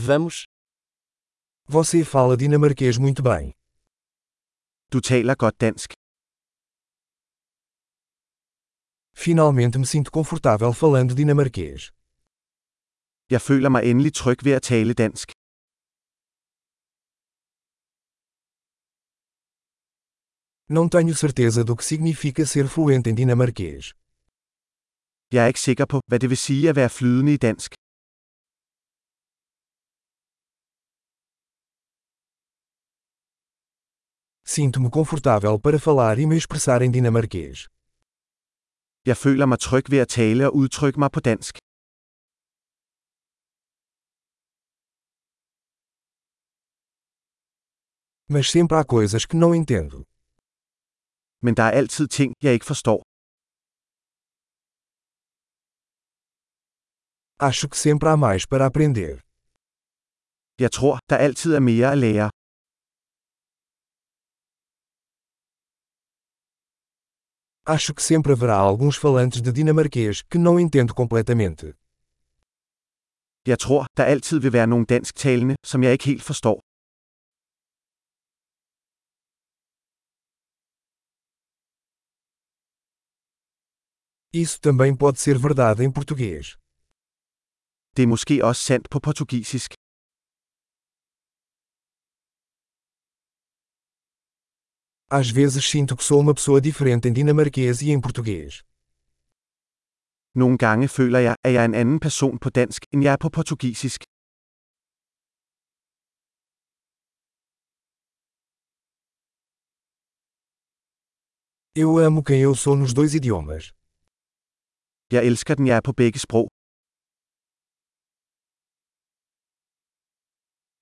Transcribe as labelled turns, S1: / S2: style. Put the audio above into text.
S1: Vamos.
S2: Você fala dinamarquês muito bem.
S3: Du taler godt dansk.
S2: Finalmente me sinto confortável falando dinamarquês.
S3: Jeg føler mig endelig tryg ved at tale dansk.
S2: Não tenho certeza do que significa ser fluente em dinamarquês.
S3: Jeg er ikke sikker på, hvad det vil sige at være flydende i dansk.
S2: Sinto-me confortável para falar e me expressar em dinamarquês.
S3: Jeg føler mig tryg ved at tale og udtrykke mig på dansk.
S2: Mas sempre há coisas que não entendo.
S3: Men der er altid ting, jeg ikke forstår.
S2: Acho que sempre há mais para aprender.
S3: Jeg tror, der altid er mere at lære.
S2: Acho que sempre haverá alguns falantes de dinamarquês que não entendo completamente.
S3: Jeg tror, der altid vil være nogle dansktalende, som jeg ikke helt forstår.
S2: Isso também pode ser verdade em português.
S3: Det er måske også sandt på portugisisk.
S2: Às vezes sinto que sou uma pessoa diferente em dinamarquês e em português.
S3: Nogle gange føler jeg, at jeg er en anden person på dansk, end jeg er på portugisisk.
S2: Eu amo quem eu sou nos dois idiomas.
S3: Jeg elsker den, jeg er på begge sprog.